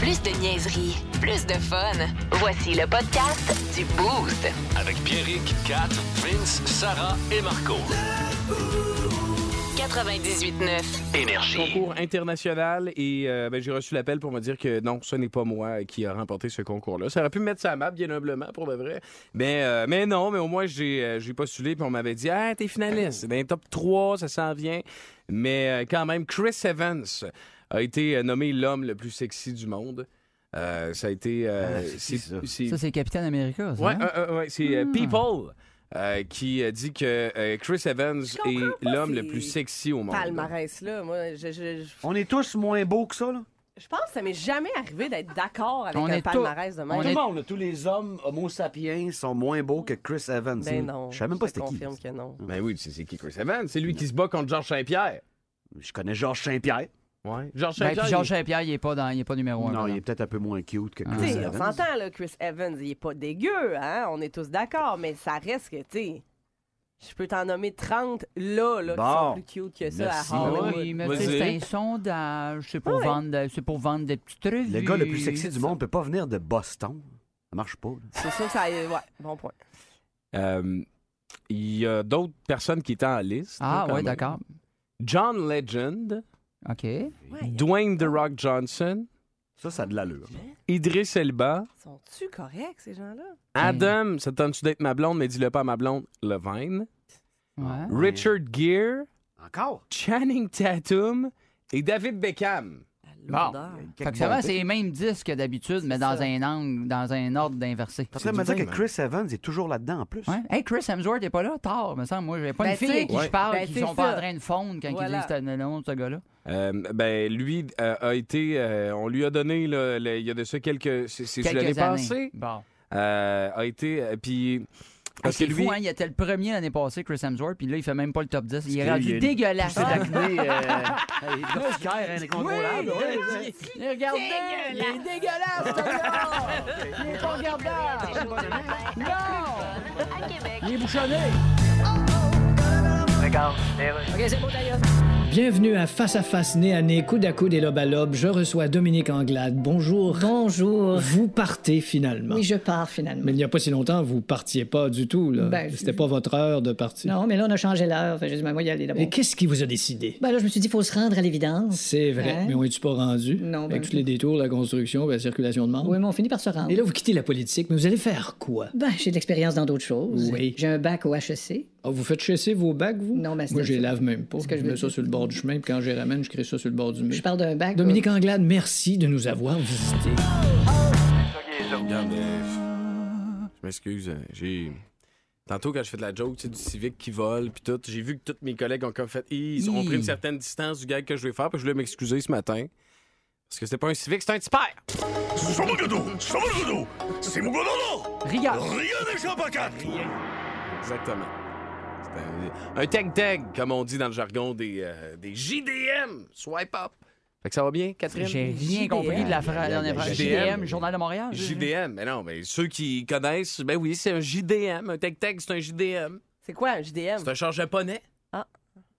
Plus de niaiserie, plus de fun. Voici le podcast du Boost. Avec Pierrick, Kat, Vince, Sarah et Marco. 98.9. Énergie. Concours international et euh, ben, j'ai reçu l'appel pour me dire que non, ce n'est pas moi qui a remporté ce concours-là. Ça aurait pu me mettre ça à map, bien humblement, pour de vrai. Mais, euh, mais non, mais au moins, j'ai euh, j'ai postulé puis on m'avait dit Ah, t'es finaliste, dans les top 3, ça s'en vient. Mais euh, quand même, Chris Evans a été euh, nommé l'homme le plus sexy du monde. Euh, ça a été. euh, c'est- c'est- Ça, c'est Capitaine America, ça. Ouais, hein? euh, euh, ouais, c'est euh, People euh, qui euh, dit que euh, Chris Evans est l'homme le ces plus sexy au monde. ben, palmarès là. Moi, je, je, je- On est tous moins beaux que ça, là. je pense que ça m'est jamais arrivé d'être d'accord avec On un est tous- palmarès de on même. est- Tout le monde, là, tous les hommes homo sapiens sont moins beaux que Chris Evans. Ben non. Je savais même pas je te c'était qui. confirme que non. Ben oui, tu sais, c'est qui Chris Evans? C'est lui qui se bat contre Georges Saint-Pierre. Je connais Georges Saint-Pierre. Ouais. Georges Ben, Saint-Pierre. puis Georges Saint-Pierre, il est pas, dans, il est pas numéro un. non, il maintenant. est peut-être un peu moins cute Ah. que Tu Chris sais, on Ah, Evans. s'entend, là, Chris Evans, il est pas dégueu, hein? On est tous d'accord, mais ça reste que, tu sais, je peux t'en nommer 30 là, là, qui Bon. sont plus cute que ça Merci. à Hollywood. Ah Oui, mais Vas-y. tu sais, c'est un sondage. C'est pour, Ouais. vendre de- c'est pour vendre des petites revues. Le gars le plus sexy du monde peut pas venir de Boston. Ça marche pas. là. C'est sûr que ça... Ouais, bon point. Euh, Il y a d'autres personnes qui étaient en liste. là, Ah, quand ouais, même. d'accord. John Legend, OK. Dwayne The Rock Johnson, Ça, ça a de l'allure. Idriss Elba, Sont-tu corrects, ces gens-là? Adam, ça te tente-tu d'être ma blonde, mais dis-le pas à ma blonde, Levine, Ouais. Richard Gere, Encore? Channing Tatum et David Beckham. Bon. Fait que ça va, Quelques c'est les mêmes disques que d'habitude, mais dans ça. un angle, dans un ordre inversé. T'es en train de me dire que Chris Evans est toujours là-dedans en plus. Ouais. Hey, Chris Hemsworth est pas là, tard, me semble. Moi, j'ai pas Ben, une fille tu sais- à qui Ouais. je parle, Ben, qui c'est sont pas ça. en train de fondre quand Voilà. ils disent c'est le nom de ce gars-là. Euh, ben lui euh, a été, euh, on lui a donné là, le- il y a de ça quelques, c'est c'est Quelques l'année années. passée, Bon. euh, a été, euh, puis Hey, parce c'est que lui, fou, hein, il était le premier l'année passée, Chris Hemsworth, puis là, il fait même pas le top 10. Il est qu'il y a rendu une dégueulasse. Ah. C'est d'acné. Euh... hey, l'Oscar, hein, il est contrôlable. Ouais, ouais. Ah, Regardez, il est dégueulasse, ce gars! Il est pas regardable! Non! À Québec. Il est bouchonné! Bienvenue à Face à Face, nez à nez, coude à coude et lobe à lobe. Je reçois Dominique Anglade. Bonjour. Bonjour. Vous partez finalement. Oui, je pars finalement. Mais il n'y a pas si longtemps, vous partiez pas du tout. Là. Ben, C'était je- pas votre heure de partir. Non, mais là, on a changé l'heure. Fait que J'ai dit, ben, moi, y aller d'abord. Et qu'est-ce qui vous a décidé? Ben là, je me suis dit, faut se rendre à l'évidence. C'est vrai, Hein? mais on est-tu pas rendu? Non, ben- Avec tous les détours, la construction, la circulation de membres. Oui, mais on finit par se rendre. Et là, vous quittez la politique, mais vous allez faire quoi? Ben, j'ai de l'expérience dans d'autres choses. Oui. J'ai un bac au E HEC. Ah, vous faites chasser vos bacs, vous? Non, mais c'est- Moi, je les lave même pas. C'est ce que je je veux mets ça dire. sur le bord du chemin, puis quand je les ramène, je crée ça sur le bord du mur. Je parle d'un bac. Dominique Anglade, merci de nous avoir visités. Regarde, euh, je m'excuse, euh, j'ai. Tantôt, quand je fais de la joke, tu sais, du civique qui vole, puis tout, j'ai vu que tous mes collègues ont comme fait. Hi, Ils ont Hi. pris une certaine distance du gag que je vais faire, puis je voulais m'excuser ce matin. Parce que c'était pas un civique, c'était un typère! Regarde! Exactement. C'était un, un tag-tag, comme on dit dans le jargon des, euh, des JDM, swipe up. Fait que ça va bien, Catherine? J'ai rien compris de la fra- dernière phrase. JDM. JDM, Journal de Montréal. JDM, mais non, mais ceux qui connaissent, ben oui, c'est un JDM. Un tag-tag, c'est un JDM. C'est quoi, un JDM? C'est un char japonais.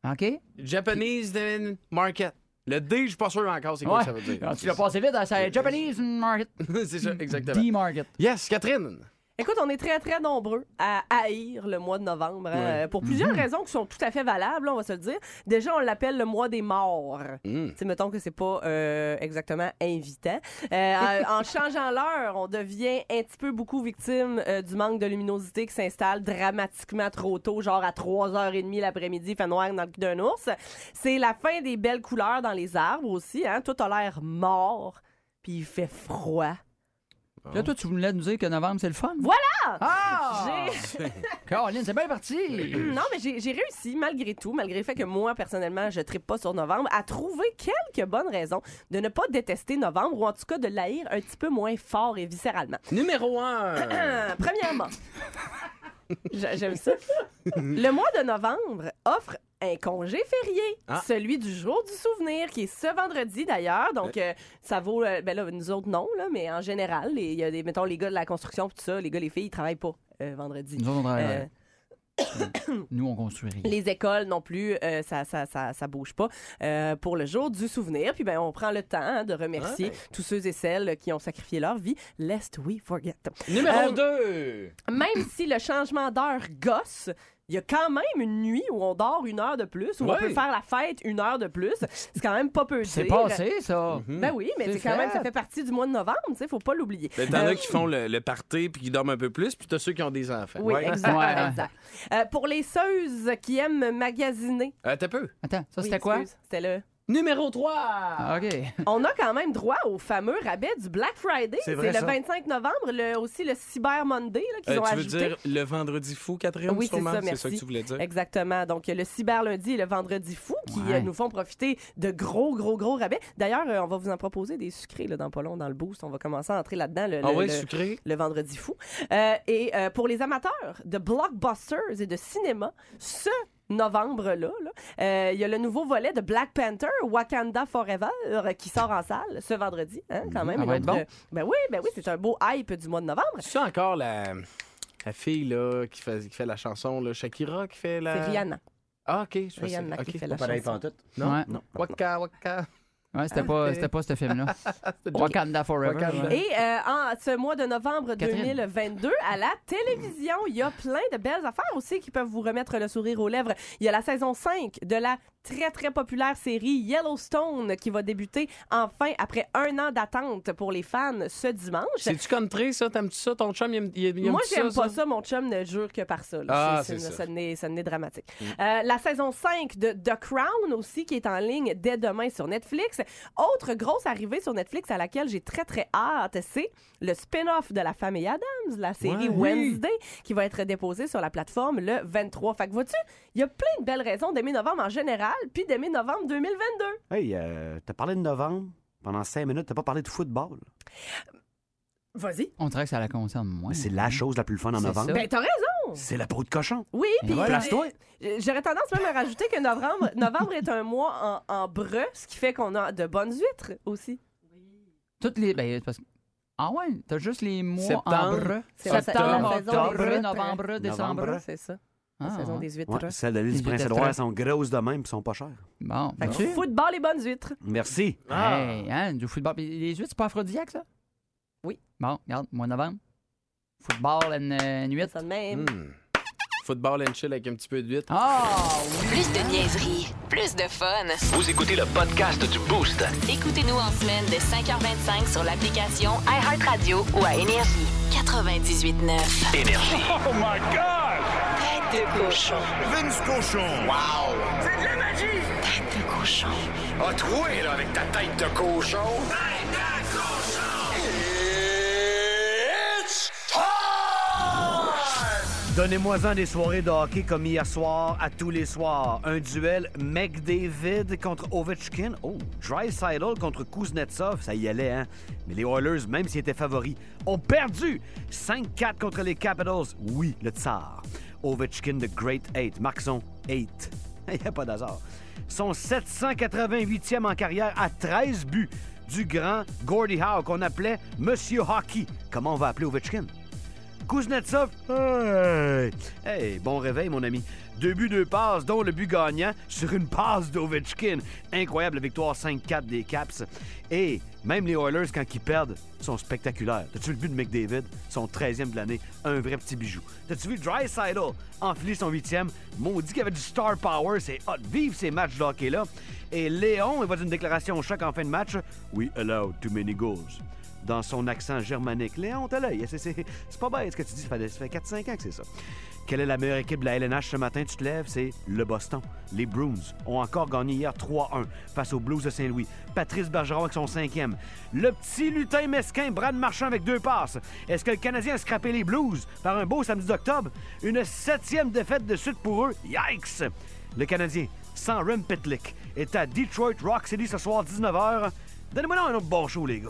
OK? Japanese Demand Market. Le D, je suis pas sûr encore c'est quoi Ouais. que ça veut dire. Ah, tu l'as passé vite, hein, c'est Japanese Market. c'est ça, exactement. D-Market. Yes, Catherine. Écoute, on est très, très nombreux à haïr le mois de novembre hein, euh, pour plusieurs raisons qui sont tout à fait valables, là, on va se le dire. Déjà, on l'appelle le mois des morts. Hmm. Tu sais, mettons que c'est pas euh, exactement invitant. Euh, en- en changeant l'heure, on devient un petit peu beaucoup victime euh, du manque de luminosité qui s'installe dramatiquement trop tôt, genre à 3h30 l'après-midi, fait noir dans le cul d'un ours. C'est la fin des belles couleurs dans les arbres aussi. Hein? Tout a l'air mort, puis il fait froid. Là, toi, tu voulais nous dire que novembre, c'est le fun? Voilà! Ah! J'ai- Caroline, c'est bien parti! Non, mais j'ai j'ai réussi, malgré tout, malgré le fait que moi, personnellement, je tripe pas sur novembre, à trouver quelques bonnes raisons de ne pas détester novembre ou en tout cas de l'haïr un petit peu moins fort et viscéralement. Numéro 1. Euh, Premièrement, j'a- j'aime ça. Le mois de novembre offre un congé férié, Ah. celui du jour du souvenir, qui est ce vendredi d'ailleurs. Donc, euh, ça vaut, euh, ben là, nous autres, non, là, mais en général, les- il y a des, mettons, les gars de la construction, pis tout ça, les gars, les filles, ils travaillent pas euh, vendredi. Nous autres, on travaille. Euh, Nous, on construit rien. Les écoles non plus, euh, ça, ça, ça, ça bouge pas. Euh, pour le jour du souvenir, puis ben, on prend le temps hein, de remercier Ah, ben. tous ceux et celles qui ont sacrifié leur vie, lest we forget. Numéro Euh, 2! Même si le changement d'heure gosse, il y a quand même une nuit où on dort une heure de plus, où Ouais. on peut faire la fête une heure de plus. C'est quand même pas peu C'est dire. passé, ça. Ben oui, mais C'est c'est quand même, ça fait. fait partie du mois de novembre, tu sais, faut pas l'oublier. ben, T'en Euh, as qui font le, le party puis qui dorment un peu plus, puis t'as ceux qui ont des enfants. Ben Oui, Ouais. exact. Ouais. exact. Euh, pour les seuses qui aiment magasiner. Euh, t'as peu. Euh, Attends, ça, Oui, c'était quoi? excuse, C'était le Numéro 3! Ah, OK. On a quand même droit au fameux rabais du Black Friday. C'est C'est vrai, le ça. 25 novembre, le, aussi le Cyber Monday là, qu'ils Euh, ont tu veux ajouté. dire le vendredi fou, quatrième, Oui, c'est sûrement? ça, C'est ça que merci. tu voulais dire. Exactement. Donc, le cyber lundi et le vendredi fou qui Ouais. euh, nous font profiter de gros, gros, gros rabais. D'ailleurs, euh, on va vous en proposer des sucrés là, dans pas long, dans le boost. On va commencer à entrer là-dedans le, Ah le- ouais, le- sucré? le vendredi fou. Euh, et euh, pour les amateurs de blockbusters et de cinéma, ce novembre-là, là, euh, il y a le nouveau volet de Black Panther, Wakanda Forever, euh, qui sort en salle ce vendredi, hein, quand même. Ah, va Et être donc, bon. euh, ben oui, ben oui, c'est un beau hype du mois de novembre. C'est ça encore la, la fille là, qui, fait, qui fait la chanson, là, Shakira qui fait la. C'est Rihanna. Ah, ok. Je Rihanna pensais- qui ok. fait la Pareil, chanson. pantoute. Non, Ouais. non. Waka, waka. Ouais, c'était pas, c'était pas ce film-là. Wakanda Forever. Wakanda. ouais. Et euh, en ce mois de novembre Catherine. 2022, à la télévision, il y a plein de belles affaires aussi qui peuvent vous remettre le sourire aux lèvres. Il y a la saison 5 de la très, très populaire série Yellowstone qui va débuter enfin après un an d'attente pour les fans ce dimanche. C'est-tu country, ça? T'aimes-tu ça? Ton chum, il aime, il aime il aime Moi, ça, j'aime pas ça. Mon chum ne jure que par ça. là. Ah, C'est- c'est ça. Mm. ça. n'est- Ça n'est dramatique. Euh, la saison 5 de The Crown aussi, qui est en ligne dès demain sur Netflix. Autre grosse arrivée sur Netflix à laquelle j'ai très, très hâte, c'est le spin-off de La Famille Adams, la série Ouais. Wednesday, qui va être déposée sur la plateforme le 23. Fait que vois-tu, il y a plein de belles raisons d'aimer novembre en général, puis d'aimer novembre 2022. Hey, euh, t'as parlé de novembre pendant cinq minutes, t'as pas parlé de football. Vas-y. On dirait que ça la concerne moins. Mais c'est la chose la plus fun en C'est novembre. ça. Ben, t'as raison. C'est la peau de cochon. Oui, puis voilà. Place-toi. Euh, J'aurais tendance même à rajouter que novembre, novembre est un mois en, en breu, ce qui fait qu'on a de bonnes huîtres aussi. Toutes les. Ben, c'est parce que- Ah ouais, t'as juste les mois en Septembre. breu. C'est la- Septembre, la saison des octobre, huîtres. novembre, décembre. Novembre. C'est ça, Ah, la saison ouais. des huîtres. Ouais, celles de l'île Les du Prince-Édouard États-Unis. sont grosses de même et sont pas chères. Bon. Fait que football et bonnes huîtres. Merci. Ah. Hey, hein, du football. Puis les huîtres, c'est pas aphrodisiaque, ça? Oui. Bon, regarde, mois de novembre. Football and euh, une huître. Ça de même. Hmm. Football and chill avec un petit peu de huître. Ah, Plus de niaiserie, plus de fun. Vous écoutez le podcast du Boost. Écoutez-nous en semaine de 5h25 sur l'application iHeartRadio ou à Énergie. 98.9. Énergie. Tête de cochon. A troué, là, avec ta tête de cochon. Donnez-moi-en des soirées de hockey comme hier soir à tous les soirs. Un duel McDavid contre Ovechkin. Oh, Dreisaitl contre Kuznetsov, ça y allait, hein? Mais les Oilers, même s'ils étaient favoris, ont perdu 5-4 contre les Capitals. Oui, le tsar. Ovechkin, the Great Eight. Marque son 8. Il n'y a pas d'hasard. Son 788e en carrière à 13 buts du grand Gordie Howe qu'on appelait Monsieur Hockey. Comment on va appeler Ovechkin? Kuznetsov. Hey! Hey, bon réveil, mon ami. Deux buts, deux passes, dont le but gagnant sur une passe d'Ovechkin. Incroyable victoire 5-4 des Caps. Et même les Oilers, quand ils perdent, sont spectaculaires. T'as-tu vu le but de McDavid? Son 13e de l'année. Un vrai petit bijou. T'as-tu vu Dry enfiler son 8e? Maudit qu'il avait du star power. C'est hot. Vive ces matchs de hockey-là. Et Léon, il va dire une déclaration au choc en fin de match. We allow too many goals dans son accent germanique. Léon, t'as l'œil. C'est, c'est- c'est pas bête ce que tu dis. Ça fait, ça fait 4-5 ans que c'est ça. Quelle est la meilleure équipe de la LNH ce matin? Tu te lèves, c'est le Boston. Les Bruins ont encore gagné hier 3-1 face aux Blues de Saint-Louis. Patrice Bergeron avec son cinquième. Le petit lutin mesquin, Brad Marchand avec deux passes. Est-ce que le Canadien a scrappé les Blues par un beau samedi d'octobre? Une septième défaite de suite pour eux. Yikes! Le Canadien, sans Rem Pitlick, est à Detroit Rock City ce soir 19h. Donnez-moi là un autre bon show, les gars.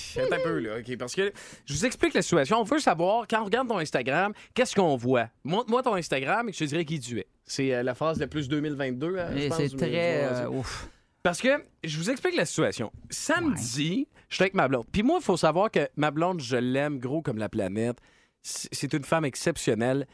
Attends un peu, là. OK, parce que je vous explique la situation. On veut savoir, quand on regarde ton Instagram, qu'est-ce qu'on voit? Montre-moi ton Instagram et je te dirais qui tu es. C'est euh, la phrase la plus 2022, hein, je Mais pense, c'est du- très. du- euh, ouf. Parce que, je vous explique la situation. Samedi, j'étais avec ma blonde. Puis moi, il faut savoir que ma blonde, je l'aime gros comme la planète. C'est c'est une femme exceptionnelle.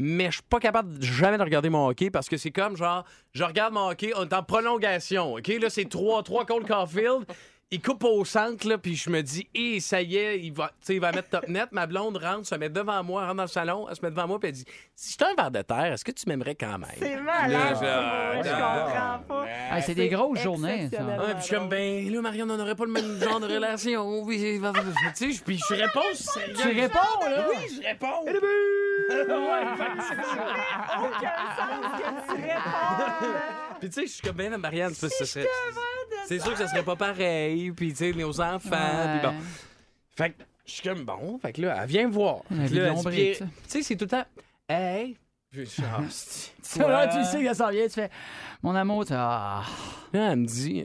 Mais je suis pas capable de- jamais de regarder mon hockey parce que c'est comme genre, je regarde mon hockey, on est en prolongation. OK? Là, c'est 3-3 contre Caulfield. Il coupe au centre, là, puis je me dis, hé, ça y est, il va, tu sais, il va mettre top net. Ma blonde rentre, se met devant moi, rentre dans le salon, elle se met devant moi, puis elle dit, si j'étais un verre de terre, est-ce que tu m'aimerais quand même? C'est malade. Là, je- Je comprends pas. Ah, c'est des grosses journées. ça. exceptionnel. Ouais, Ah, puis je suis comme, ben là, Marianne, on n'aurait pas le même genre de relation. Oui, c'est- ben, tu sais, puis je réponds. c'est- Tu réponds, là? Oui, je réponds. Puis tu sais, je suis comme, ben là, Marianne, c'est parce que ça serait- C'est sûr que ça serait pas pareil, puis tu sais, nos enfants, puis bon. Fait que je suis comme, bon, fait que là, elle vient me voir. La Puis vie de là, elle dit, l'ombre, puis- ça. tu sais, c'est tout le temps, hey. Puis je suis, ah, c'est- Ça, là, tu sais que ça s'en vient, tu fais Mon amour, tu ah. Là, Hein, elle me dit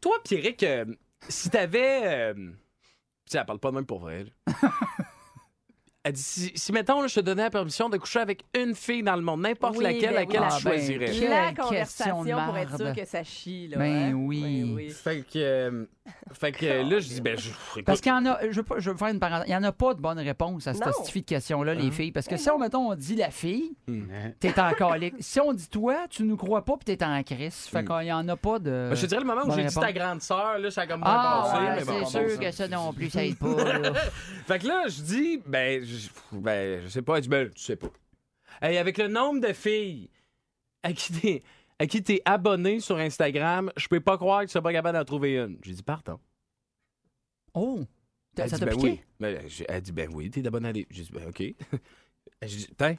Toi, Pierrick, euh, si t'avais. euh, Tu sais, elle parle pas de même pour vrai. là. elle dit si, si, mettons, là, je te donnais la permission de coucher avec une fille dans le monde, n'importe Oui, laquelle, ben laquelle oui. Ah, tu ben, choisirais. qui- La Quelle question de conversation pour être sûr marde. que ça chie, là. Ben hein? oui. Fait que. euh, fait que euh, là, je dis Ben, je. écoute, Parce qu'il y en a, je veux, pas- je veux faire une parenthèse, il n'y en a pas de bonne réponse à cette Non. hostifie de question-là, les filles. Parce que si, on, mettons, on dit la fille, Hmm. t'es en colique. Si on dit toi, tu nous crois pas, puis t'es en crise. Fait qu'il n'y en a pas de. Hmm. ben, je te dirais le moment où bonne j'ai dit réponse. ta grande sœur, là, ça a comme Ah, bien ouais, passé, mais bon, c'est sûr bon, que ça non plus, ça aide pas. là. Fait que là, je dis, ben, je, ben, je sais pas. Elle dit, ben, tu sais pas. Hey, avec le nombre de filles à qui t'es, à qui t'es abonné sur Instagram, je peux pas croire que tu sois pas capable d'en trouver une. J'ai dit, pardon. Oh! T'as- Elle Ça dit, t'a ben piqué? oui. Ben, elle- j'ai- elle dit, ben oui, t'es abonné à des. J'ai dit, ben, OK. J'ai dit, tiens.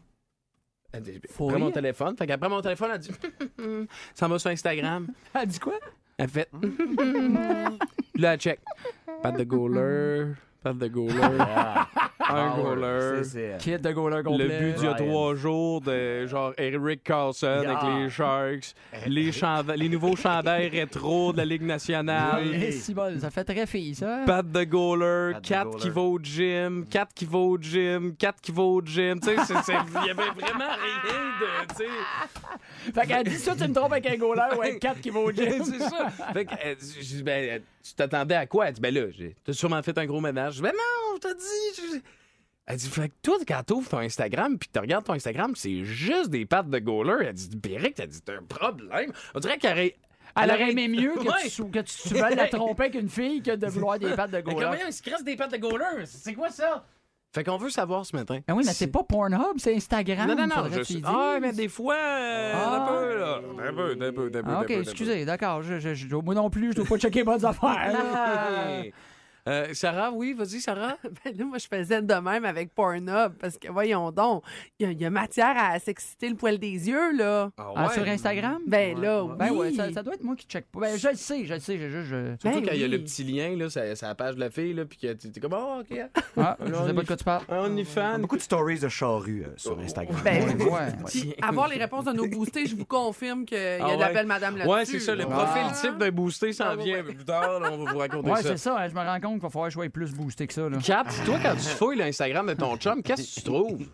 Elle dit, Faut prends mon rire. téléphone. Fait qu'après mon téléphone, elle dit, ça va sur Instagram. Elle dit quoi? Elle fait. là, elle check. Pas de goaler. Pas de goaler. Un goaler. Kid de goaler Le complet. but d'il y a trois jours de genre Eric Carlson avec les Sharks, les, chanda- les nouveaux chandails rétro de la Ligue nationale, Eh, si bon, ça fait très fille, ça. Pat de goaler, de 4 goaler. qui va au gym, 4 qui va au gym, 4 qui va au gym. Tu sais, c'est- c'est- il y avait vraiment rien de. tu sais. Fait qu'elle dit ça, tu me trompes avec un goaler ou avec quatre qui va au gym. c'est ça. Fait que, euh, je dis, ben, euh, tu t'attendais à quoi? Elle dit, ben là, j'ai- t'as sûrement fait un gros ménage. Je dis, ben non, je te dis. je- Elle dit, fait que toi, quand t'ouvres ton Instagram puis que tu regardes ton Instagram, c'est juste des pattes de goaler. Elle dit, Béric, t'as dit, t'as un problème. On dirait qu'elle aurait. Elle aurait aimé mieux que Ouais. tu, sou- que tu, tu veuilles la tromper avec une fille que de vouloir des pattes de Mais comment goaler. il se crisse des pattes de goaler? C'est quoi ça? Fait qu'on veut savoir ce matin. Ben oui, mais c'est pas Pornhub, c'est Instagram. Non, non, non. faudrait je que tu sais- y Ah, dises. mais des fois. euh, Ah. Un peu, là. Un peu, un peu, un peu. un Ah, peu, ok, un peu. excusez, d'accord. Je, je- je- moi non plus, je dois pas checker bonnes affaires. là. Euh, Sarah, oui, vas-y, Sarah. Ben là, moi, je faisais de même avec Pornhub parce que, voyons donc, il y a- il y, a matière à s'exciter le poil des yeux, là. Ah, sur Instagram? Ben là, oui. Ben ouais, ça, ça doit être moi qui check pas. Ben je le sais, je le sais, je, je, je... Surtout Ben quand il y a oui. le petit lien, là, c'est la page de la fille, là, puis que tu- t'es comme, oh, OK, Ah, je sais pas de quoi tu parles. on y fan. Beaucoup de stories de charrue euh, sur Instagram. Ben, Ouais, ouais. puis avoir les réponses de nos boostés, je vous confirme qu'il y a de Ah ouais. la belle madame là-dessus. Ouais, c'est ça, le là. profil Ah. type d'un boosté s'en vient un peu plus tard, là, on va vous raconter Ouais, ça. c'est ça, hein, je me rends compte qu'il va falloir que je sois plus boosté que ça. Là. Cap, toi, quand tu fouilles l'Instagram de ton chum, qu'est-ce que tu trouves?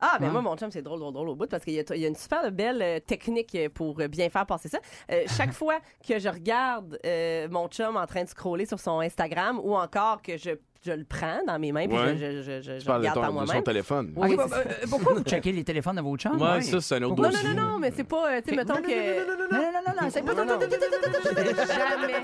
Ah, ben Ouais. moi, mon chum, c'est drôle, drôle, drôle au bout parce qu'il y, a- il y a une super belle euh, technique euh, pour euh, bien faire passer ça. Euh, chaque fois que je regarde euh, mon chum en train de scroller sur son Instagram ou encore que je, je le prends dans mes mains puis Ouais. je, je- je- je- je Tu parles de, regarde ton- par de moi-même. son téléphone. Oui, Ok, bah, c'est bah, euh, pourquoi vous checkez les téléphones de vos hein? chambres? Ouais, ça, c'est un autre Non, Pourquoi- non, dossier. non, non, mais c'est pas. euh, Tu sais, mettons que. Non, non, non, non, non, c'est pas non, non, non, Jamais.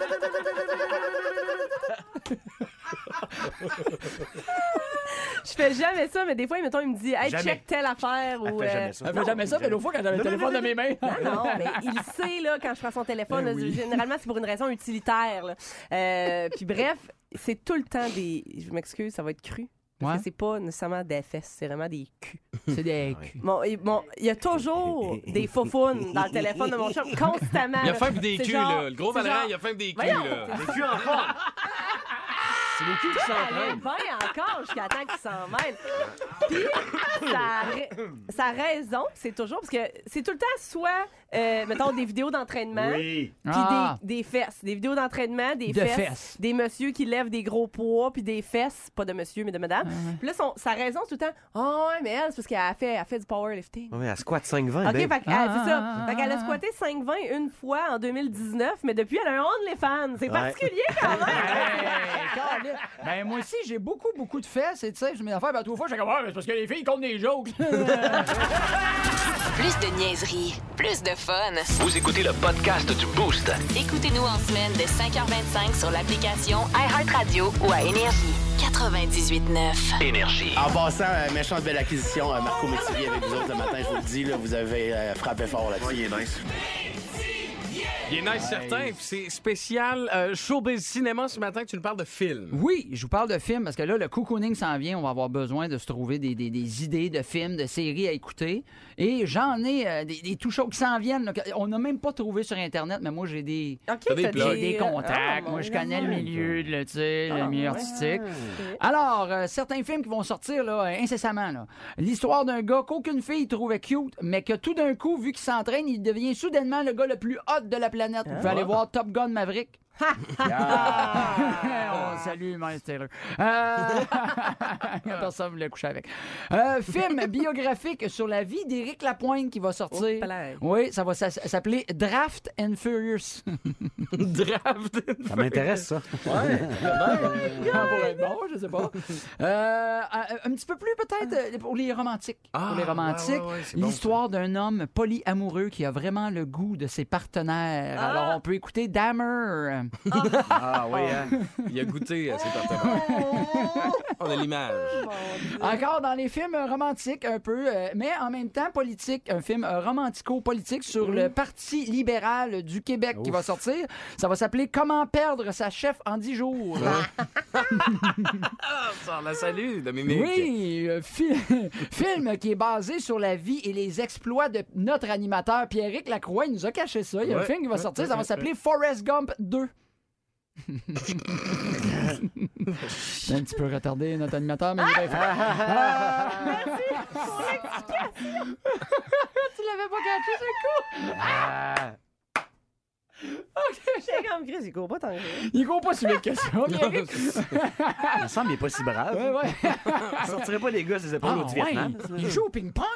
Je fais jamais ça, mais des fois, mettons, il me dit, hey, Jamais. check telle affaire ou. euh, jamais ça. Elle fait jamais ça, mais l'autre fois, quand j'avais le téléphone dans mes mains. Ah Non, non, mais il sait, là, quand je prends son téléphone, Ben là, généralement, c'est pour une raison utilitaire. là. Euh, puis bref, c'est tout le temps des... Je m'excuse, ça va être cru. Parce Ouais. que c'est pas nécessairement des fesses, c'est vraiment des culs. C'est des culs. Bon, et bon, il y a toujours des faufounes dans le téléphone de mon chum, constamment. Il a là. fait des C'est culs, genre- là. Le gros c'est Valérien, genre- il a fait des culs, Voyons, là. Les culs en forme. C'est les culs qui Ça allait s'entraînent. bien encore jusqu'à temps qu'il s'en mêle. Puis, ça, a ra- ça a raison, c'est toujours, parce que c'est tout le temps soit, euh, mettons, des vidéos d'entraînement, Oui. puis Ah. des, des fesses. Des vidéos d'entraînement, des De fesses, fesses. Des messieurs qui lèvent des gros poids, puis des fesses, pas de monsieur, mais de madame. Puis là, son- sa raison, c'est tout le temps, « Ah ouais, mais elle, c'est parce qu'elle a fait, elle fait du powerlifting. » Oui, à squat 5-20. OK, fait, ben. babe. que- ah, c'est ça. fait qu'elle a squatté 5,20 une fois en 2019, mais depuis, elle a un OnlyFans. C'est Ouais. particulier quand même. Hey, ben, moi aussi, j'ai beaucoup, beaucoup de fesses. Et tu sais, je mets affaire, ben, à trois fois, je suis comme, ah, mais c'est parce que les filles comptent des jokes. Plus de niaiserie, plus de fun. Vous écoutez le podcast du Boost. Écoutez-nous en semaine de 5h25 sur l'application iHeartRadio ou à Énergie. 98.9. Énergie. En passant, euh, méchante belle acquisition, euh, Marco Métivier avec vous autres ce matin, je vous le dis, là, vous avez euh, frappé fort là-dessus. il est nice. Il est nice, certain. Puis c'est spécial euh, showbiz cinéma ce matin que tu nous parles de films. Oui, je vous parle de films parce que là, le cocooning s'en vient. On va avoir besoin de se trouver des, des- des idées de films, de séries à écouter. Et j'en ai euh, des, des tout chauds qui s'en viennent. là, que- on n'a même pas trouvé sur Internet, mais moi, j'ai des, T'as des t'as plugs. j'ai des des- contacts. Ah, moi, je mon connais le Dieu. milieu, le, tu sais, le Ah, milieu ouais. artistique. Alors, euh, certains films qui vont sortir là, euh, incessamment. là. L'histoire d'un gars qu'aucune fille trouvait cute, mais que tout d'un coup, vu qu'il s'entraîne, il devient soudainement le gars le plus hot de la planète. Ah. Vous pouvez aller voir Top Gun Maverick. Ah. On salue Oh, Miles Taylor. Euh, Il y a personne qui voulait coucher avec. Euh, film biographique sur la vie d'Éric Lapointe qui va sortir. Oh, oui, ça va s'as- s'appeler Draft and Furious. Draft and Ça m'intéresse, ça. Ouais. Ah, pour être bon, je sais pas. Euh, un, un petit peu plus peut-être euh, pour les romantiques. Ah, pour les romantiques, ouais, ouais, ouais, c'est bon, l'histoire d'un homme polyamoureux qui a vraiment le goût de ses partenaires. Ah! Alors on peut écouter Dammer. Ah oui, hein. Il a goûté à ses partenaires. Oh! On a l'image. Encore dans les films romantiques un peu, euh, mais en même temps politique, un film euh, romantico-politique Mm. sur le Parti libéral du Québec qui va sortir. Ça va s'appeler Comment perdre sa chef en 10 jours. Ah, Ah, Ça la salue, Dominique. Oui, euh, fi- film qui est basé sur la vie et les exploits de notre animateur Pierrick Lacroix. Il nous a caché ça. Il y a un Ouais, film qui va ouais, sortir, ouais, ça va ouais, s'appeler ouais. Forrest Gump 2. C'est un petit peu retardé, notre animateur, mais il est bien fait. Ah! Merci pour l'explication. tu l'avais pas gâché, ce coup. J'étais comme Chris, il court pas tant que ça. Il court pas sur les questions, Pierrick. Il me semble qu'il n'est pas si Ah. brave. Ouais, ouais. Il sortirait pas les gars des épaules Ah, au du ouais. Vietnam. Il joue au ping-pong.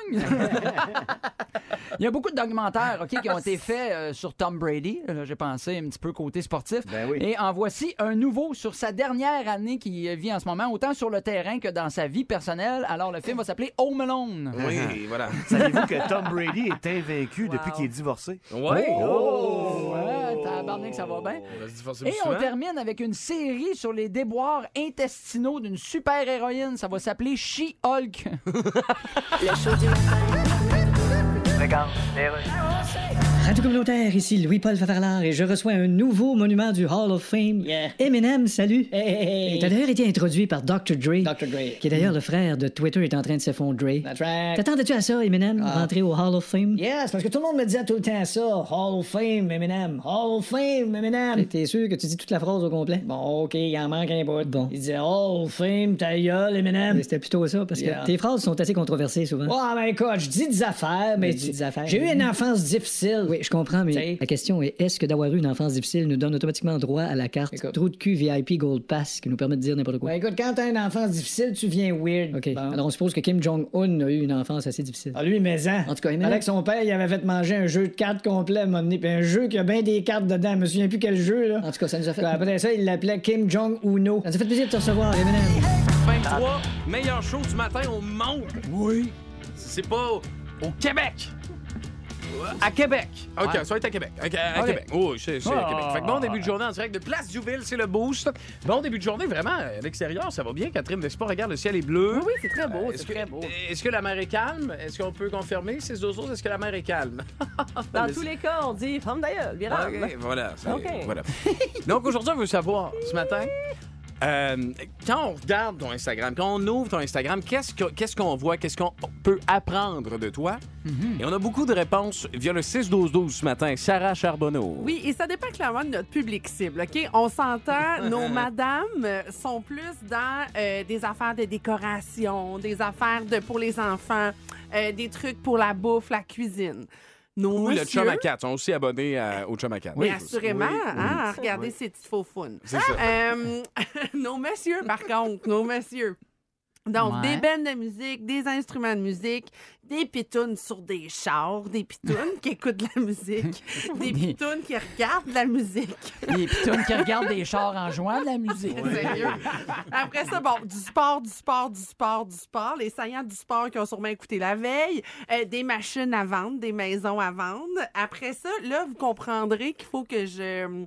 Il y a beaucoup de documentaires ok, qui ont été faits euh, sur Tom Brady. Là, J'ai pensé un petit peu côté sportif. Ben Et en voici un nouveau sur sa dernière année qu'il vit en ce moment, autant sur le terrain que dans sa vie personnelle. Alors, le film va s'appeler Home Alone. Oui, voilà. Savez-vous que Tom Brady est invaincu depuis qu'il est divorcé? Ouais. Oh! Ouais, tabarnak, ça va bien. Et on termine avec une série sur les déboires intestinaux d'une super-héroïne. Ça va s'appeler She-Hulk. le show du Radio communautaire, ici Louis-Paul Favarlard et je reçois un nouveau monument du Hall of Fame. Eminem, salut. hey. Et T'as d'ailleurs été introduit par Dr. Dr. Dre. Dre. Mm. Qui est d'ailleurs le frère de Twitter est en train de s'effondrer. That's right. T'attendais-tu à ça, Eminem, Ah. rentrer au Hall of Fame? Yes, parce que tout le monde me disait tout le temps ça. Hall of Fame, Eminem. Hall of Fame, Eminem. T'es sûr que tu dis toute la phrase au complet? Bon, OK, il en manque un bout. Bon. Il disait Hall of Fame, ta gueule, Eminem. Mais C'était plutôt ça, parce Yeah. que tes phrases sont assez controversées souvent. Oh my god, je dis des affaires, mais Mais dis des affaires. j'ai eu une enfance difficile. Oui, je comprends, mais T'sais. la question est est-ce que d'avoir eu une enfance difficile nous donne automatiquement droit à la carte trou de cul VIP Gold Pass qui nous permet de dire n'importe quoi? Ben écoute, quand t'as une enfance difficile, tu viens weird. OK. Alors, on suppose que Kim Jong-un a eu une enfance assez difficile. Ah, lui, mais hein. En tout cas, Eminem. Avec son père, il avait fait manger un jeu de cartes complet, à un moment donné, puis un jeu qui a bien des cartes dedans. Je me souviens plus quel jeu, là. En tout cas, ça nous a fait. Après ça, il l'appelait Kim Jong-uno. Ça nous a fait plaisir de te recevoir, Eminem. 23, meilleur show du matin au monde. Oui. C'est pas au au Québec. À Québec. OK, Ouais. ça va être à Québec. OK, à Ok. Québec. Oui, c'est c'est à Ah. Québec. Fait que bon début de journée en direct de Place du Ville, c'est le boost. Bon début de journée, vraiment, euh, à l'extérieur, ça va bien, Catherine Vespa. Regarde, le ciel est bleu. Oui, oui, c'est très beau, Euh, c'est est-ce que- très beau. Est-ce que la mer est calme? Est-ce qu'on peut confirmer ces deux choses? Est-ce que la mer est calme? Dans Le- tous les cas, on dit Ah, ben. femme d'ailleurs, virage. OK, voilà. c'est- OK. voilà. Donc aujourd'hui, on veut savoir ce matin Euh, quand on regarde ton Instagram, quand on ouvre ton Instagram, qu'est-ce que- qu'est-ce qu'on voit, qu'est-ce qu'on peut apprendre de toi? Mhm. Et on a beaucoup de réponses via le 6-12-12 ce matin. Sarah Charbonneau. Oui, et ça dépend clairement de notre public cible, OK? On s'entend, nos madames euh, sont plus dans euh, des affaires de décoration, des affaires de pour les enfants, euh, des trucs pour la bouffe, la cuisine. Nos Ou le messieurs, chum à 4. sont aussi abonnés à- au chum à 4. mais assurément, hein, à regarder ces petites faux founes. C'est ça. Euh, nos messieurs, par contre, nos messieurs. Donc, Ouais. des bennes de musique, des instruments de musique, des pitounes sur des chars, des pitounes qui écoutent de la musique, des pitounes qui regardent de la musique. Les pitounes qui regardent des chars en jouant de la musique. Ben, Sérieux. Après ça, bon, du sport, du sport, du sport, du sport. Les saillants du sport qui ont sûrement écouté la veille. euh, des machines à vendre, des maisons à vendre. Après ça, là, vous comprendrez qu'il faut que je,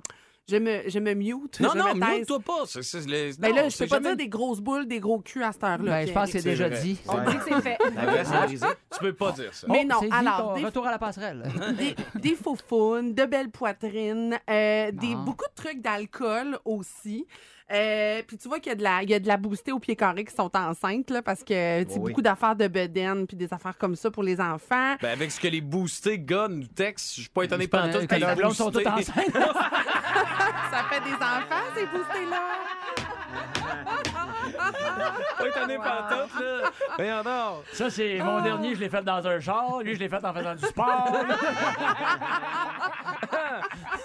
je, me, je me mute. Non, je non, me taise. mute-toi pas. C'est- c'est- les- Ben non, là, je c'est peux pas jamais- dire des grosses boules, des gros culs à cette heure-là. Ben, je pense que c'est Pierre. déjà dit. On dit que c'est fait. La glace est brisée. Tu peux pas dire ça. Mais non, c'est dit, alors. ton des- retour à la passerelle. des, des faux faufounes, de belles poitrines, euh, des, beaucoup de trucs d'alcool aussi. Euh, puis tu vois qu'il y a de la, il y a de la boostée aux pieds carrés qui sont enceintes, là, parce que tu sais, Ben Oui. beaucoup d'affaires de bedaine, puis des affaires comme ça pour les enfants. Ben, avec ce que les boostés gonnent du texte, je suis pas étonné pas- par tout. Euh, que leurs blondes sont toutes enceintes. ça fait des enfants, ces boostés-là. Pas étonné par tout, là. Voyons donc. Ça, c'est mon dernier, je l'ai fait dans un char. Lui, je l'ai fait en faisant du sport.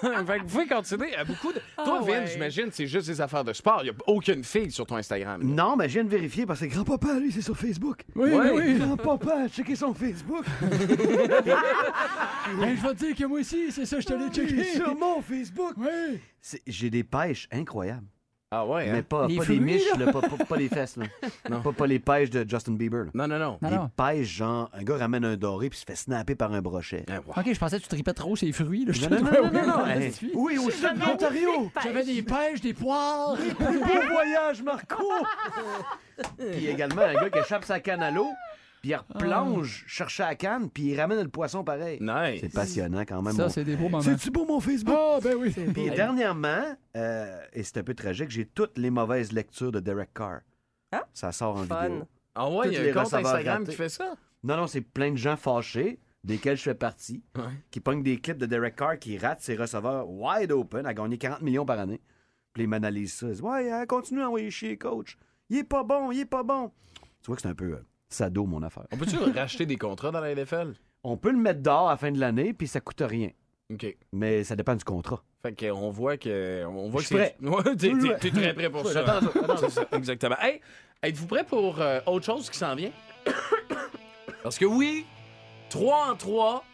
fait que vous pouvez continuer. à Beaucoup de... Toi, Ah Vin, ouais. j'imagine, c'est juste des affaires de sport. Il n'y a aucune fille sur ton Instagram. Non, mais je viens de vérifier parce que grand-papa, lui, c'est sur Facebook. Oui, Ouais. oui, oui. Grand-papa, checker son Facebook. Ben, je vais te dire que moi aussi, c'est ça, je te l'ai checké. Sur mon Facebook. Oui. C'est- J'ai des pêches incroyables. Ah ouais, hein? Mais pas, Les pas fruits, des miches, là. là, pas, pas- pas les fesses. Là. Pas, pas les pêches de Justin Bieber. là. Non, non, non. Ah Des pêches, genre, un gars ramène un doré puis se fait snapper par un brochet. OK, je pensais que tu tripais trop ces fruits. Là. Je Non, te non, trouvais non, non, non, horrible, non, là, hey. dessus. Oui, au C'est sud de une l'Ontario. magnifique pêche. J'avais des pêches, des poires. beau voyage, Marco! Puis également, un gars qui échappe sa canne à l'eau, puis il replonge chercher la canne, puis il ramène le poisson pareil. C'est passionnant quand même. Ça, Mon- c'est des beaux moments. C'est-tu beau, mon Facebook? Ah, ben oui. Puis dernièrement, euh, et c'est un peu tragique, j'ai toutes les mauvaises lectures de Derek Carr. Ça sort en Fun. vidéo. Ah ouais, il Toutes y a un les compte receveurs Instagram ratés. qui fait ça? Non, non, c'est plein de gens fâchés, desquels je fais partie, qui pognent des clips de Derek Carr qui rate ses receveurs wide open, à gagner 40 millions par année. Puis ils m'analysent ça. Ils disent Ouais, euh, continue à envoyer chier, coach. Il est pas bon, il est pas bon. Tu vois que c'est un peu euh, sado, mon affaire. On peut-tu racheter des contrats dans la NFL? On peut le mettre dehors à la fin de l'année, puis ça coûte rien. OK. Mais ça dépend du contrat. Fait qu'on voit que. On voit Je suis que c'est- prêt. Ouais, t'es, Oui, t'es- oui. t'es très prêt pour Oui, ça. j'attends ça, j'attends Ah, C'est ça, Exactement. Hey, êtes-vous prêt pour euh, autre chose qui s'en vient? Parce que oui, 3 en 3,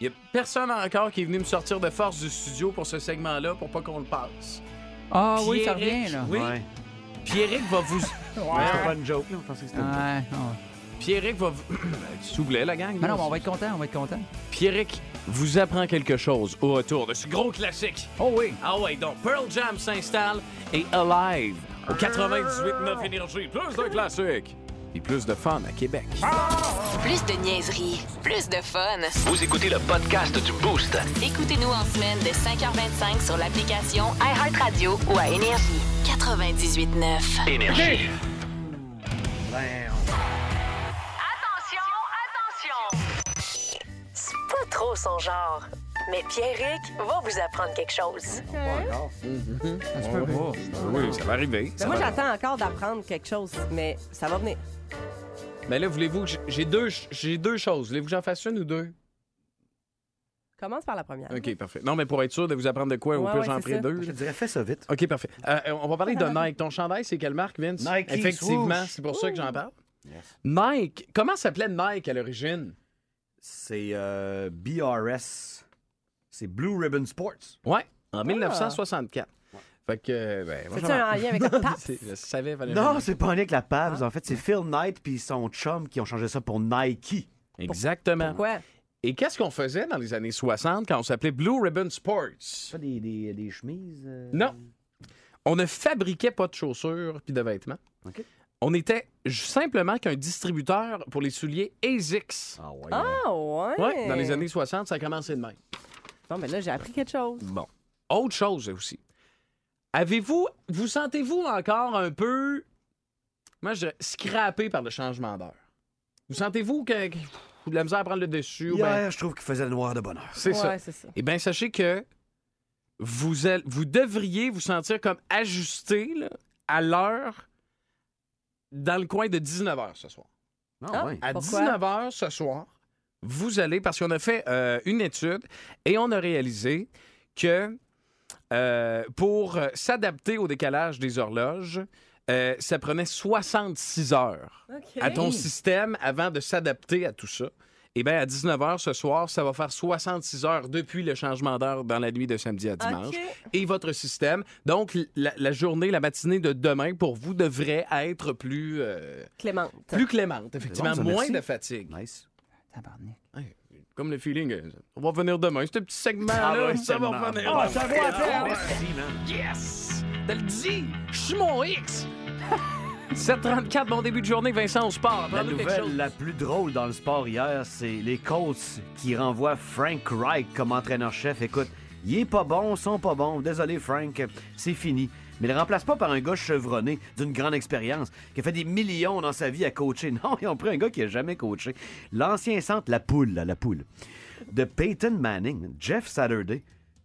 il n'y a personne encore qui est venu me sortir de force du studio pour ce segment-là pour pas qu'on le passe. Ah oui, ça Pierrick, revient, là. Oui. Pierrick va vous. C'est pas une joke. là. On pensait que c'était une joke. Ouais, Pierrick va vous. Ben, S'il vous plaît, la gang. Mais là. non, mais on va être content, on va être content. Pierrick vous apprend quelque chose au retour de ce gros classique. Oh oui. Ah ouais, donc Pearl Jam s'installe et Alive au 98.9 Énergie. Plus de classiques et plus de fun à Québec. Ah, Plus de niaiserie, plus de fun. Vous écoutez le podcast du Boost. Écoutez-nous en semaine de 5h25 sur l'application iHeartRadio ou à Énergie. 98.9. Énergie. Attention, attention! C'est pas trop son genre, mais Pierrick va vous apprendre quelque chose. Ah Oh, Oui, ça va arriver. Ben, Ça moi, va arriver. j'attends encore d'apprendre quelque chose, mais ça va venir. Mais là, voulez-vous que j'- j'ai deux, ch- j'ai deux choses. Voulez-vous que j'en fasse une ou deux? Commence par la première. OK, parfait. Non, mais pour être sûr de vous apprendre de quoi, Ouais, au pire, ouais, j'en c'est ferai ça. deux. Je dirais, fais ça vite. OK, parfait. Euh, on va parler de Nike. Ton chandail, c'est quelle marque, Vince? Nike Effectivement, Swoosh. c'est pour ça que j'en parle. Yes. Nike. Comment s'appelait Nike à l'origine? C'est euh, BRS. C'est Blue Ribbon Sports. Ouais, Ah. en 1964. Fait que, euh, ben, moi, C'est-tu j'en- un lien avec la Non, Pabst? c'est- Je savais, fallait Non, le- c'est pas en lien avec la Pabs. En fait, c'est Phil Knight puis son chum qui ont changé ça pour Nike. Exactement. Pourquoi? Et qu'est-ce qu'on faisait dans les années 60 quand on s'appelait Blue Ribbon Sports? Pas des, des, des chemises? euh? Non. On ne fabriquait pas de chaussures puis de vêtements. On était j- simplement qu'un distributeur pour les souliers ASICS. Ah ouais. Ah, ouais. Ouais, dans les années 60, ça a commencé de même. Bon, mais là, j'ai appris quelque chose. Bon. Autre chose aussi. Avez-vous, vous sentez-vous encore un peu, moi je dirais, scrappé par le changement d'heure? Vous sentez-vous que, que vous de la misère à prendre le dessus? ou Hier, ben- je trouve qu'il faisait le noir de bonheur. C'est ça. Eh bien, sachez que vous, allez- vous devriez vous sentir comme ajusté là, à l'heure dans le coin de 19h ce soir. Ah, ouais. À Pourquoi? 19h ce soir, vous allez, parce qu'on a fait euh, une étude et on a réalisé que euh, pour euh, s'adapter au décalage des horloges, euh, ça prenait 66 heures Ok. à ton Hey. système avant de s'adapter à tout ça. Eh bien, à 19h ce soir, ça va faire 66 heures depuis le changement d'heure dans la nuit de samedi à dimanche. Ok. Et votre système, donc l- la, la journée, la matinée de demain pour vous devrait être plus... euh, Clément. plus clémente, effectivement. C'est bon, ça, moins merci. de fatigue. Nice. Ouais, comme le feeling. euh, On va revenir demain. C'est un petit segment, Ah là. ouais, ça va tellement. revenir. Ah, ça va Ouais. faire. Merci, Yes! T'as le dit! Je suis mon X! 7h34, bon début de journée. Vincent, on se part. La Apprends-nous quelque chose. nouvelle la plus drôle dans le sport hier, c'est les Colts qui renvoient Frank Reich comme entraîneur-chef. Écoute, il est pas bon, sont pas bons. Désolé, Frank, c'est fini. Mais le remplace pas par un gars chevronné d'une grande expérience qui a fait des millions dans sa vie à coacher. Non, ils ont pris un gars qui a jamais coaché. L'ancien centre, la poule, là, la poule, de Peyton Manning, Jeff Saturday,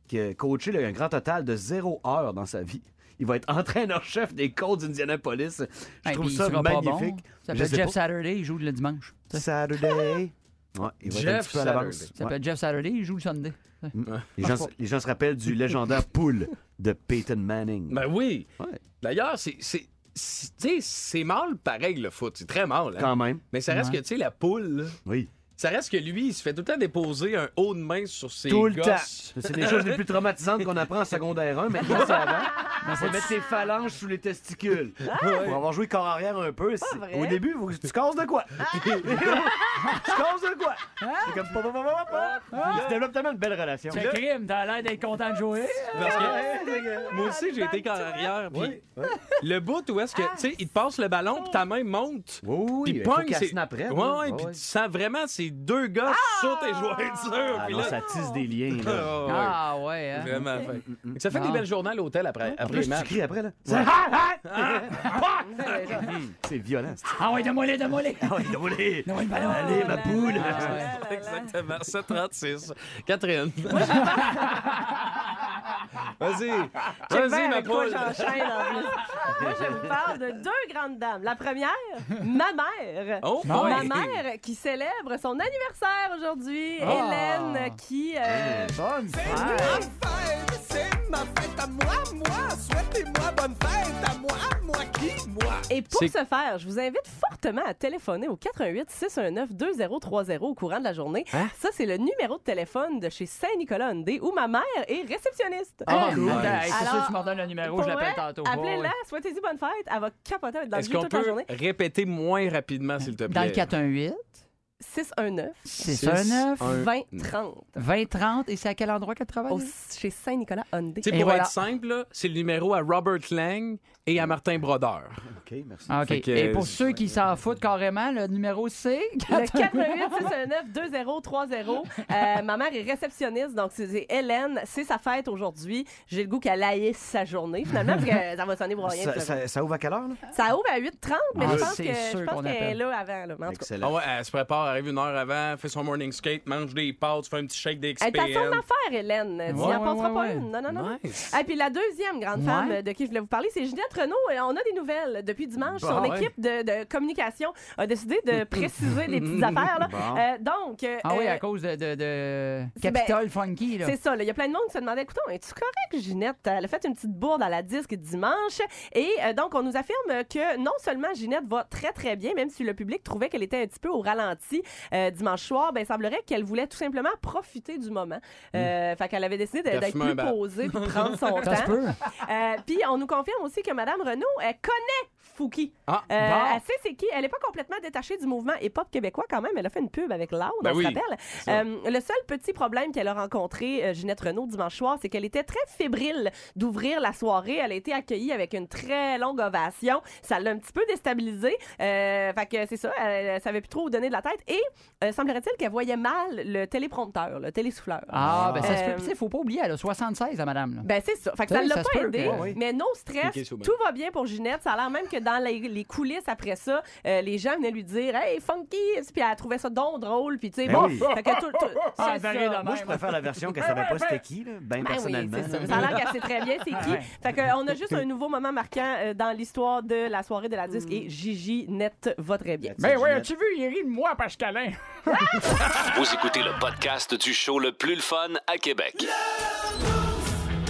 qui a coaché là, un grand total de zéro heure dans sa vie. Il va être entraîneur-chef des Colts d'Indianapolis. Je Hey, trouve puis il ça sera pas bon. magnifique. Ça Je s'appelle sais Jeff pas. Saturday, il joue le dimanche. Saturday. Ouais, il va être un Jeff petit peu à l'avance. Saturday. Ça s'appelle Jeff Saturday, il joue le Sunday. Ouais. Les, gens, les gens se rappellent du légendaire Pool de Peyton Manning. Ben oui. D'ailleurs, c'est. c'est- c'est- tu sais, c'est mal pareil le foot. C'est très mal. hein. Quand même. Mais ça reste Ouais. que, tu sais, la poule. là, Oui. Ça reste que lui, il se fait tout le temps déposer un haut de main sur ses Tout le gosses. temps. C'est des choses les plus traumatisantes qu'on apprend en secondaire 1. Maintenant, c'est avant. Mais Faut c'est- mettre ses phalanges sous les testicules. Ah! Pour avoir joué corps arrière un peu, c'est- vrai. au début, faut que tu casses de quoi? tu casses de quoi? C'est comme pop, pop, pop, pop, pop. Il se développe tellement une belle relation. Ah, C'est crime, t'as l'air d'être content de jouer. Parce que moi aussi, j'ai été corps arrière. Puis le bout où est-ce que, tu sais, il te passe le ballon, puis ta main monte. oui, puis il faut pogne, qu'elle c'est- se n'apprenne, Ouais, hein. ouais, Ouais, puis ouais. tu sens vraiment ces deux gars sur tes jointures. Ah puis non, là- ça tisse des liens. là. Ah, ouais. Ah ouais, hein. Vraiment. Ok. fait. Mm, Fait que Ça fait des Ah. belles journées à l'hôtel après, En après Hein? plus, les tu matchs. cries après, là. Ouais. Hmm. C'est violent. c'est- Ah ouais, démolé, démolé. Ah ouais, démolé. Allez, ma poule. Ah, Oh Exactement. 736. Catherine. Vas-y. Check Vas-y, bien ma avec quoi poule. j'enchaîne, en plus. Moi, je vous parle de deux grandes dames. La première, ma mère. Oh, ma Ah oui. mère qui célèbre son anniversaire aujourd'hui. Ah. Hélène qui. euh, Bonne fête, c'est ma fête à moi, moi. Souhaitez-moi bonne fête à moi, moi qui, moi. Et pour C'est- ce faire, je vous invite fortement à téléphoner au 88 619 2030 au courant de la journée. Hein? Ça, c'est le numéro de téléphone de chez Saint-Nicolas Hyundai où ma mère est réceptionniste. Ah, cool. Hey, c'est Alors, sûr, tu m'en donnes le numéro, je pour l'appelle vrai, tantôt. Appelez-la, Ouais. souhaitez-y bonne fête. Elle va capoter elle va être dans le Est-ce jus qu'on toute la peut journée. répéter moins rapidement, s'il te plaît? Dans le 418, 619 619 20 30. 20-30, et c'est à quel endroit qu'elle travaille? chez Saint-Nicolas Hyundai. Tu sais, pour être simple, là, c'est le numéro à Robert Lang et à Martin Brodeur. OK, merci. Ah, OK. Fait que- Et pour ceux qui s'en foutent carrément, le numéro c'est... Le 418-619-2030. Euh, ma mère est réceptionniste, donc c'est- c'est Hélène. C'est sa fête aujourd'hui. J'ai le goût qu'elle haïsse sa journée, finalement, parce que ça va sonner pour rien. Ça, ça, ça- ça ouvre à quelle heure, là? ouvre à 8h30, mais Ah, je pense c'est que- je sûr pense qu'on qu'elle est appelle. là avant. Là, mais en tout cas. Ah ouais, elle se prépare, arrive une heure avant, fait son morning skate, mange des pâtes, fait un petit shake Elle d'XPN. t'a son affaire, Hélène. tu n'en Ouais, ouais, penseras ouais, pas ouais. une. Non, non, non. Nice. Et puis la deuxième grande Ouais. femme de qui je voulais vous parler, c'est Ginette Renault. Et On a des nouvelles depuis dimanche. Bah Bon, Son ouais. équipe de, de communication a décidé de préciser des petites affaires. là. Bon. Euh, donc, euh, Ah oui, euh, à cause de, de, de C'est- Capitol ben, Funky, là. C'est ça, là. il y a plein de monde qui se demandait, écoute, es-tu correct, Ginette? Elle a fait une petite bourde à la disque dimanche. Et euh, donc, on nous affirme que non seulement Ginette va très, très bien, même si le public trouvait qu'elle était un petit peu au ralenti euh, dimanche soir, ben, il semblerait qu'elle voulait tout simplement profiter du moment. Euh, Fait qu'elle avait décidé de- Mm. T'as d'être fumé un plus bat. posée puis de prendre son Ça se temps. peut. Euh, puis, on nous confirme aussi que Madame Renault, elle connaît Fouki. Ah, Euh, bon. Elle sait c'est qui. Elle n'est pas complètement détachée du mouvement hip-hop québécois quand même. Elle a fait une pub avec Loud, Ben on oui, se rappelle. c'est ça. Euh, le seul petit problème qu'elle a rencontré, euh, Ginette Renault, dimanche soir, c'est qu'elle était très fébrile d'ouvrir la soirée. Elle a été accueillie avec une très longue ovation. Ça l'a un petit peu déstabilisée. Euh, fait que c'est ça, elle, elle savait plus trop où donner de la tête. Et euh, semblerait-il qu'elle voyait mal le téléprompteur, le télésouffleur. Ah, ben ça se Euh, peut. Tu sais, faut pas oublier, elle a 76, la madame. là. ben c'est ça. Fait que ça Tu sais, l'a se pas peut aidé. que- Mais no stress, Cliquez sur ben. tout va bien pour Ginette. Ça a l'air même que dans les, les coulisses après ça, euh, les gens venaient lui dire Hey, funky! Puis elle trouvait ça donc drôle. Puis tu sais, Ben bon, oui. fait que tout- tout- Ah, c'est ben, ça. Moi, je préfère la version qu'elle savait pas c'était qui, là. Ben, Ben oui, personnellement. c'est ça. là. Ça a l'air qu'elle sait très bien c'est qui. Ouais. Fait que, euh, on a juste un nouveau moment marquant euh, dans l'histoire de la soirée de la disque et Gigi Net va très bien. Ben ouais, as-tu vu, il rit de moi, Pascalin. Vous écoutez le podcast du show le plus le fun à Québec.